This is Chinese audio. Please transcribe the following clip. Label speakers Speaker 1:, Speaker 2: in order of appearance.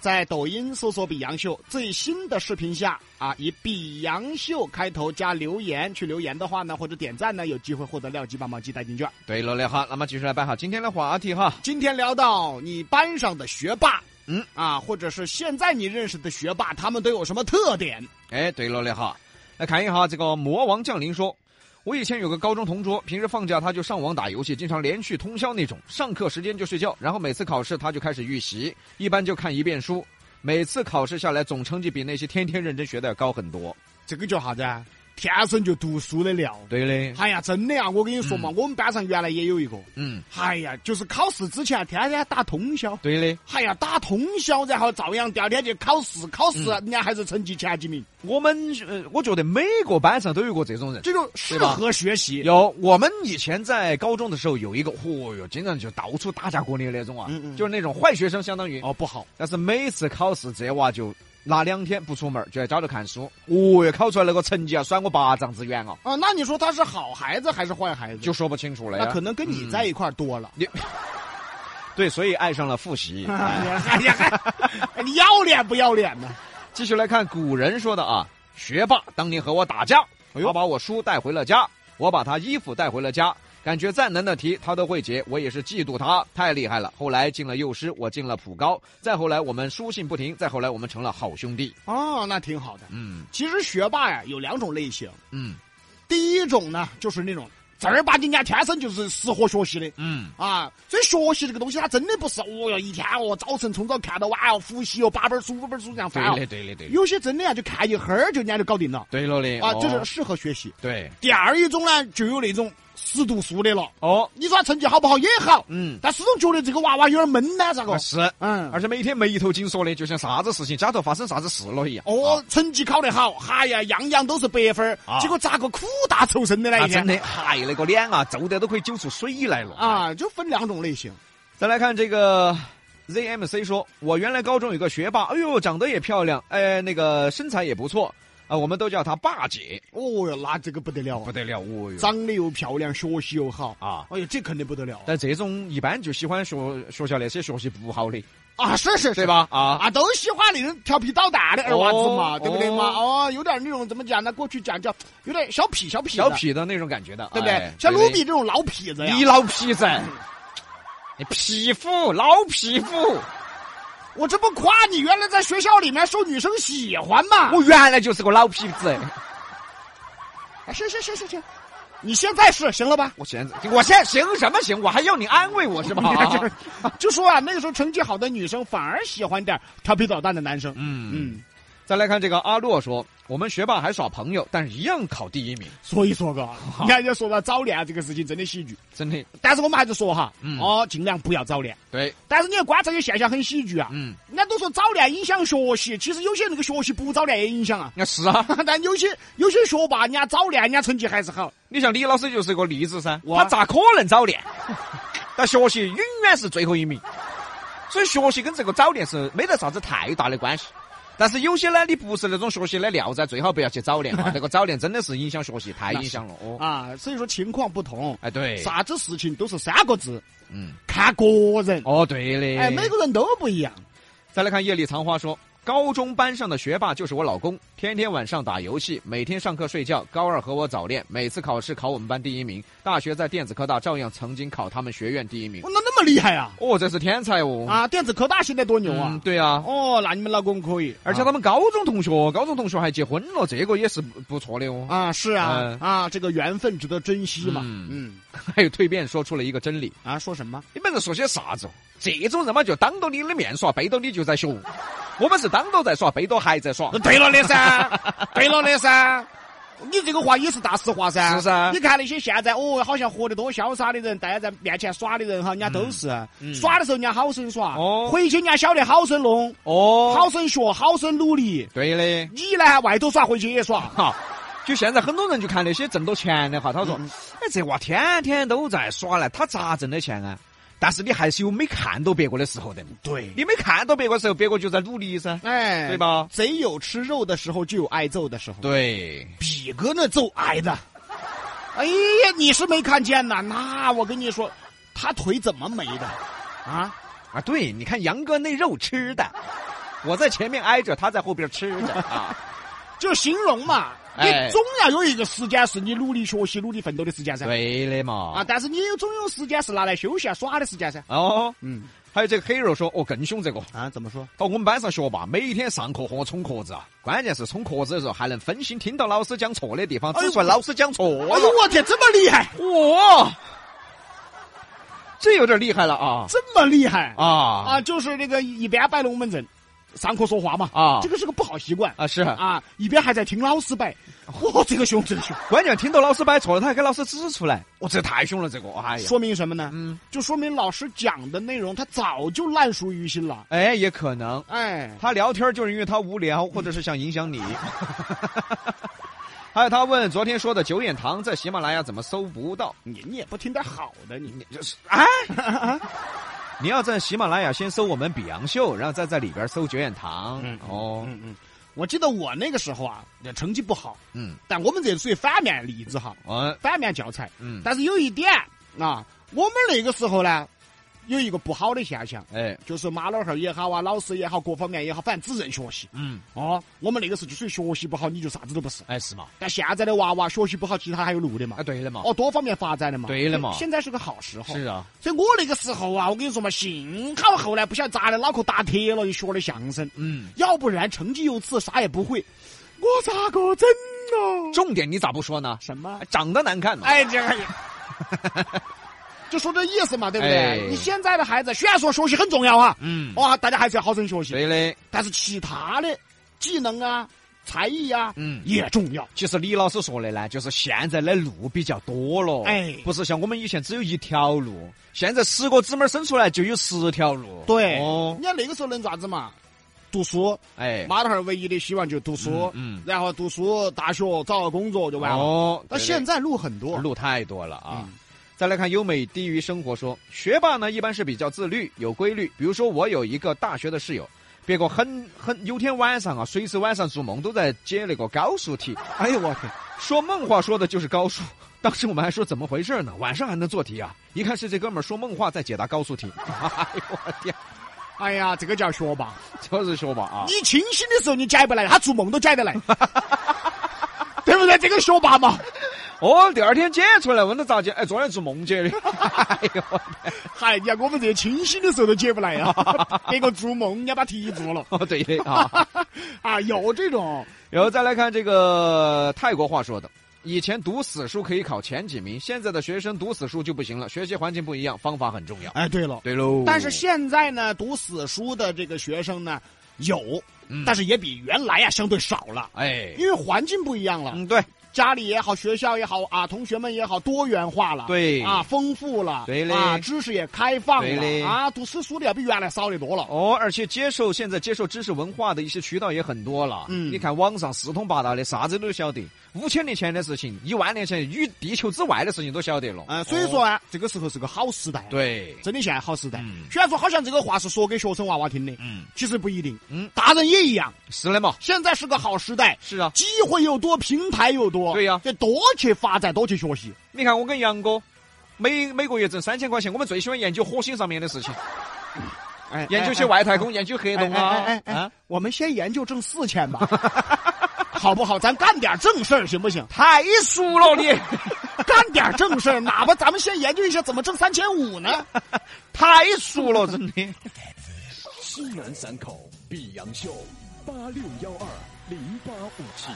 Speaker 1: 在抖音搜索“比洋秀”最新的视频下啊，以“比洋秀”开头加留言去留言的话呢，或者点赞呢，有机会获得廖记棒棒鸡代金券。
Speaker 2: 对了的哈，那么继续来摆哈今天的话题哈。
Speaker 1: 今天聊到你班上的学霸，
Speaker 2: 嗯
Speaker 1: 啊，或者是现在你认识的学霸，他们都有什么特点？
Speaker 2: 哎，对了的哈，来看一下这个魔王降临说，我以前有个高中同桌，平时放假他就上网打游戏，经常连续通宵那种，上课时间就睡觉，然后每次考试他就开始预习，一般就看一遍书，每次考试下来总成绩比那些天天认真学的要高很多。
Speaker 1: 这个叫啥子啊？天生就读书的料。
Speaker 2: 对嘞，
Speaker 1: 哎呀，真的呀！我跟你说嘛，我们班上原来也有一个，
Speaker 2: 嗯，
Speaker 1: 哎呀，就是考试之前天天打通宵，
Speaker 2: 对嘞，
Speaker 1: 哎呀，打通宵，然后照样第二天去考试，考试、人家还是成绩前几名，
Speaker 2: 我们呃，我觉得每个班上都有过这种人。
Speaker 1: 这就适合学习。
Speaker 2: 有，我们以前在高中的时候有一个，嚯哟，经常就到处打架过的那种啊，
Speaker 1: 嗯嗯
Speaker 2: 就是那种坏学生，相当于。
Speaker 1: 哦，不好，
Speaker 2: 但是每次考试，这娃就拿两天不出门，就在家头看书。哦哟，考出来那个成绩啊，甩我巴掌之远啊，
Speaker 1: 啊，那你说他是好孩子还是坏孩子？
Speaker 2: 就说不清楚了呀。
Speaker 1: 那可能跟你在一块儿多了。
Speaker 2: 对，所以爱上了复 习。
Speaker 1: 哎呀，哎呀，哎你要脸不要脸呢？
Speaker 2: 继续来看古人说的啊，学霸当年和我打架，
Speaker 1: 哎呦
Speaker 2: 他把我书带回了家，我把他衣服带回了家。感觉再难的题他都会解，我也是嫉妒他太厉害了。后来进了幼师，我进了普高，再后来我们书信不停，再后来我们成了好兄弟。
Speaker 1: 哦，那挺好的。
Speaker 2: 嗯
Speaker 1: 其实学霸呀有两种类型，
Speaker 2: 嗯
Speaker 1: 第一种呢就是那种正儿八经人家天生就是适合学习的。
Speaker 2: 嗯，
Speaker 1: 啊，所以学习这个东西，它真的不是哦哟，一天哦，早晨从早看到晚哦，复习哦，八本书、五本书这样
Speaker 2: 对
Speaker 1: 翻哦
Speaker 2: 的。对的对的，
Speaker 1: 有些真的呀，就看一会儿就人家就搞定了
Speaker 2: 对了的
Speaker 1: 啊，
Speaker 2: 哦
Speaker 1: 这是适合学习。
Speaker 2: 对
Speaker 1: 第二一种呢，就有那种死读书的了。
Speaker 2: 哦
Speaker 1: 你说他成绩好不好也好，
Speaker 2: 嗯
Speaker 1: 但始终觉得这个娃娃有点闷呢，咋个？
Speaker 2: 啊是，
Speaker 1: 嗯，
Speaker 2: 而且每天眉头紧锁的，就像啥子事情家头发生啥子事了一样。
Speaker 1: 哦，成绩考得好，哈呀，样样都是百分儿
Speaker 2: 啊，
Speaker 1: 结果咋个苦大仇深的呢？
Speaker 2: 啊，
Speaker 1: 一天
Speaker 2: 真的，嗨，那个脸啊，皱得都可以揪出水来了。
Speaker 1: 啊，就分两种类型。
Speaker 2: 再来看这个 ZMC 说，我原来高中有个学霸，哎呦，长得也漂亮，哎，那个身材也不错，啊、我们都叫她霸姐，
Speaker 1: 哦哟，那这个不得了啊，
Speaker 2: 得了，哦哟
Speaker 1: 长得又漂亮，学习又好，
Speaker 2: 啊！
Speaker 1: 哎呦，这肯定不得了啊。
Speaker 2: 但这种一般就喜欢学学校那些学习不好的，
Speaker 1: 啊，是是
Speaker 2: 对
Speaker 1: 是？
Speaker 2: 吧？啊，
Speaker 1: 啊，都喜欢那种调皮捣蛋的二娃子嘛，
Speaker 2: 哦
Speaker 1: 对不对嘛？哦，有点那种怎么讲呢？过去讲叫有点小痞小痞
Speaker 2: 小
Speaker 1: 的，
Speaker 2: 痞的那种感觉的，
Speaker 1: 对不对？
Speaker 2: 哎
Speaker 1: 像卢比，这种老痞子
Speaker 2: 对
Speaker 1: 呀
Speaker 2: 的，你老痞子，你痞妇，老痞妇，
Speaker 1: 我这不夸你原来在学校里面受女生喜欢嘛？
Speaker 2: 我原来就是个老痞子，
Speaker 1: 哎是是是是是，你现在是行了吧？？
Speaker 2: 我现在我现在行什么行？我还要你安慰我是 吧
Speaker 1: 就是就说啊，那个时候成绩好的女生反而喜欢点调皮捣蛋的男生。
Speaker 2: 嗯。
Speaker 1: 嗯，
Speaker 2: 再来看这个阿洛说，我们学霸还耍朋友，但是一样考第一名，
Speaker 1: 所以说嘎， 你看就说到早恋啊这个事情真的喜剧，
Speaker 2: 真的。
Speaker 1: 但是我们还是说哈，
Speaker 2: 嗯
Speaker 1: 哦，尽量不要早恋。
Speaker 2: 对，
Speaker 1: 但是你要观察有现象很喜剧啊，
Speaker 2: 嗯，
Speaker 1: 人家都说早恋影响学习，其实有些那个学习不早恋也影响啊。
Speaker 2: 那是啊。
Speaker 1: 但有些有些学霸，人家早恋，人家成绩还是好。
Speaker 2: 你像李老师就是个例子噻，
Speaker 1: 我
Speaker 2: 他咋可能早 恋？但学习永远是最后一名，所以学习跟这个早恋是没得啥子太大的关系。但是有些呢，你不是那种学习的料噻，最好不要去早恋 啊！这个早恋真的是影响学习，太影响了哦。
Speaker 1: 啊，所以说情况不同，
Speaker 2: 哎，对，
Speaker 1: 啥子事情都是三个字，
Speaker 2: 嗯，
Speaker 1: 看个人。
Speaker 2: 哦，对嘞。
Speaker 1: 哎，每个人都不一样。
Speaker 2: 再来看夜里藏花说，高中班上的学霸就是我老公，天天晚上打游戏，每天上课睡觉。高二和我早恋，每次考试考我们班第一名。大学在电子科大照样曾经考他们学院第一名
Speaker 1: 哦。那那么厉害啊！
Speaker 2: 哦，这是天才哦！
Speaker 1: 啊，电子科大现在多牛
Speaker 2: 嗯
Speaker 1: 啊！
Speaker 2: 对啊，
Speaker 1: 哦，那你们老公可以。
Speaker 2: 而且他们高中同学，高中同学还结婚了，这个也是不错的哦。
Speaker 1: 啊，是啊
Speaker 2: 嗯，
Speaker 1: 啊，这个缘分值得珍惜嘛。
Speaker 2: 嗯
Speaker 1: 嗯，
Speaker 2: 还有蜕变说出了一个真理：
Speaker 1: 啊，说什 么？
Speaker 2: 你们是说些啥子哦？这种人嘛，就当着你的面耍，背着你就在学。我们是当着在耍，背着还在耍。
Speaker 1: 对了的 噻，对了的噻。你这个话也是大实话噻，
Speaker 2: 是噻
Speaker 1: 你看那些现在哦，好像活得多潇洒的人，大家在面前耍的人哈，人家都是、
Speaker 2: 嗯
Speaker 1: 耍的时候人家好生耍，
Speaker 2: 哦
Speaker 1: 回去人家晓得好生弄，
Speaker 2: 哦，
Speaker 1: 好，生学，好生努力。
Speaker 2: 对的。
Speaker 1: 你呢，外头耍，回去也耍。
Speaker 2: 哈，就现在很多人就看那些挣到钱的哈，他
Speaker 1: 嗯
Speaker 2: 说：“哎，这娃天天都在耍呢，他咋挣的钱啊？”但是你还是有没看到别个的时候的嘛，
Speaker 1: 对，
Speaker 2: 你没看到别个的时候，别个就在努力噻，
Speaker 1: 哎，
Speaker 2: 对？吧？
Speaker 1: 贼有吃肉的时候，就有挨揍的时候。
Speaker 2: 对，
Speaker 1: 比哥那揍挨的，哎呀，你是没看见呐？那我跟你说，他腿怎么没的？啊，
Speaker 2: 啊，对，你看杨哥那肉吃的，我在前面挨着，他在后边吃 着啊。
Speaker 1: 就形容嘛，你
Speaker 2: 哎
Speaker 1: 总要有一个时间是你努力学习、努力奋斗的时间噻。
Speaker 2: 对的
Speaker 1: 啊，
Speaker 2: 嘛。
Speaker 1: 但是你有总有时间是拿来休闲耍的时间噻。
Speaker 2: 哦，
Speaker 1: 嗯，
Speaker 2: 还有这个 hero 说，哦，更凶这个，
Speaker 1: 啊，怎么说？
Speaker 2: 到我们班上学吧，每天上课和我冲壳子啊，关键是冲壳子的时候还能分心听到老师讲错的地方，
Speaker 1: 哎呦
Speaker 2: 只算老师讲错
Speaker 1: 哎呦
Speaker 2: 了。，
Speaker 1: 我天，这么厉害，
Speaker 2: 哇、这有点厉害了啊
Speaker 1: 这么厉害
Speaker 2: 啊
Speaker 1: 啊！就是那个一边摆龙门阵，上课说话嘛。
Speaker 2: 啊
Speaker 1: 这个是个不好习惯
Speaker 2: 啊！是，
Speaker 1: 啊，一边还在听老师摆，
Speaker 2: 哦
Speaker 1: 哇，这个凶，这个凶，
Speaker 2: 关键听到老师摆错了，他还给老师指出来，我这太凶了，这个，哎呀，
Speaker 1: 说明什么呢？
Speaker 2: 嗯，
Speaker 1: 就说明老师讲的内容他早就烂熟于心了。
Speaker 2: 哎，也可能
Speaker 1: 哎，
Speaker 2: 他聊天就是因为他无聊，或者是想影响你。 还有他问昨天说的九眼堂在喜马拉雅怎么搜不到？
Speaker 1: 你你也不听点好的，你
Speaker 2: 你就是啊！你要在喜马拉雅先搜我们比洋秀，然后再在里边搜九眼堂。
Speaker 1: 嗯
Speaker 2: 哦，
Speaker 1: 嗯嗯，我记得我那个时候啊，成绩不好，
Speaker 2: 嗯，
Speaker 1: 但我们这属于反面例子哈，
Speaker 2: 我
Speaker 1: 反面教材。
Speaker 2: 嗯，
Speaker 1: 但是有一点啊，我们那个时候呢，有一个不好的现象，
Speaker 2: 哎，
Speaker 1: 就是妈老汉儿也好啊，老师也好，各方面也好，反正只认学习。
Speaker 2: 嗯，
Speaker 1: 哦，我们那个时候就属于学习不好，你就啥子都不是。
Speaker 2: 哎，是嘛？
Speaker 1: 但现在的娃娃学习不好，其他还有路的嘛
Speaker 2: 啊，。对了嘛，
Speaker 1: 哦，多方面发展的嘛。
Speaker 2: 对了嘛
Speaker 1: 所以现在是个好时候。
Speaker 2: 是啊，
Speaker 1: 所以我那个时候啊，我跟你说嘛，幸好后来不晓得咋的，脑壳打铁了，就学的相声，
Speaker 2: 嗯，
Speaker 1: 要不然成绩又次，啥也不会，我咋个整哦？
Speaker 2: 重点你咋不说呢？
Speaker 1: 什么？
Speaker 2: 长得难看嘛。
Speaker 1: 哎，这个。 就说这意思嘛，对不对？
Speaker 2: 哎
Speaker 1: 你现在的孩子，虽然说学习很重要啊，
Speaker 2: 嗯，
Speaker 1: 哇、大家还是要好生学习，
Speaker 2: 对嘞，
Speaker 1: 但是其他的技能啊、才艺啊，
Speaker 2: 嗯。
Speaker 1: 也重要。
Speaker 2: 其实李老师说的呢，就是现在的路比较多了，
Speaker 1: 哎
Speaker 2: 不是像我们以前只有一条路，现在十个姊妹儿生出来就有十条路。
Speaker 1: 对
Speaker 2: 哦
Speaker 1: 你，看那个时候能咋子嘛？读书，
Speaker 2: 哎，
Speaker 1: 马老汉儿唯一的希望就读书，
Speaker 2: 嗯嗯
Speaker 1: 然后读书，大学找个工作就完了。
Speaker 2: 哦，
Speaker 1: 那
Speaker 2: 对
Speaker 1: 现
Speaker 2: 嘞
Speaker 1: 在路很多
Speaker 2: 路太多了啊。
Speaker 1: 嗯
Speaker 2: 再来看优美低于生活说，学霸呢一般是比较自律、有规律。比如说我有一个大学的室友，别个很很有天晚上啊，随时晚上做梦都在解那个高数题，
Speaker 1: 哎呦我天！
Speaker 2: 说梦话说的就是高数。 当时我们还说怎么回事呢？晚上还能做题啊？一看是这哥们儿说梦话在解答高数题，哎呦我天，
Speaker 1: 哎呀，这个叫学霸。
Speaker 2: 就是说吧啊
Speaker 1: 你，清醒的时候你解不来，他做梦都解得来， 对不对？这个学霸嘛，
Speaker 2: 哦，第二天解出来问他咋解？哎，昨天做梦解的，哎呦我天，
Speaker 1: 嗨，你看我们这些清醒的时候都解不来啊， 别个做梦人家把题做了
Speaker 2: 哦对的啊。
Speaker 1: 啊，有这种
Speaker 2: 然后再来看这个泰国话说的，以前读死书可以考前几名，现在的学生读死书就不行了，学习环境不一样，方法很重要。
Speaker 1: 哎，对了，
Speaker 2: 对喽，
Speaker 1: 但是现在呢，读死书的这个学生呢有，
Speaker 2: 嗯
Speaker 1: 但是也比原来呀啊相对少了。
Speaker 2: 哎，
Speaker 1: 因为环境不一样了，
Speaker 2: 嗯，对，
Speaker 1: 家里也好，学校也好啊，同学们也好，多元化了，
Speaker 2: 对
Speaker 1: 啊，丰富了，
Speaker 2: 对嘞
Speaker 1: 啊，知识也开放
Speaker 2: 对嘞
Speaker 1: 了，啊，读死书的要比原来少的多了。
Speaker 2: 哦，而且接受现在接受知识文化的一些渠道也很多了。
Speaker 1: 嗯
Speaker 2: 你看网上四通八达的，啥子都晓得，五千年前的事情，一万年前与地球之外的事情都晓得了。
Speaker 1: 嗯，所以说啊，这个时候是个好时代。，
Speaker 2: 对，
Speaker 1: 真的现在好时代
Speaker 2: 嗯。
Speaker 1: 虽然说好像这个话是说给学生娃娃听的，
Speaker 2: 嗯，
Speaker 1: 其实不一定。
Speaker 2: 嗯，
Speaker 1: 大人也一样。
Speaker 2: 是的嘛，
Speaker 1: 现在是个好时代，
Speaker 2: 是啊。
Speaker 1: 机会又多，平台又多。
Speaker 2: 对呀
Speaker 1: 这多去发展，多去学习。
Speaker 2: 你看我跟杨哥，每每个月挣三千块钱，我们最喜欢研究火星上面的事情。
Speaker 1: 哎
Speaker 2: 研究些外太空，研究黑洞啊！
Speaker 1: 哎哎哎哎
Speaker 2: 啊，
Speaker 1: 我们先研究挣四千吧， 好不好？咱干点正事儿行不行？
Speaker 2: 太熟了你，
Speaker 1: 干点正事儿，哪怕咱们先研究一下怎么挣三千五呢？
Speaker 2: 太熟了，真的。
Speaker 3: 西南散口碧阳秀，八六幺二零八五七。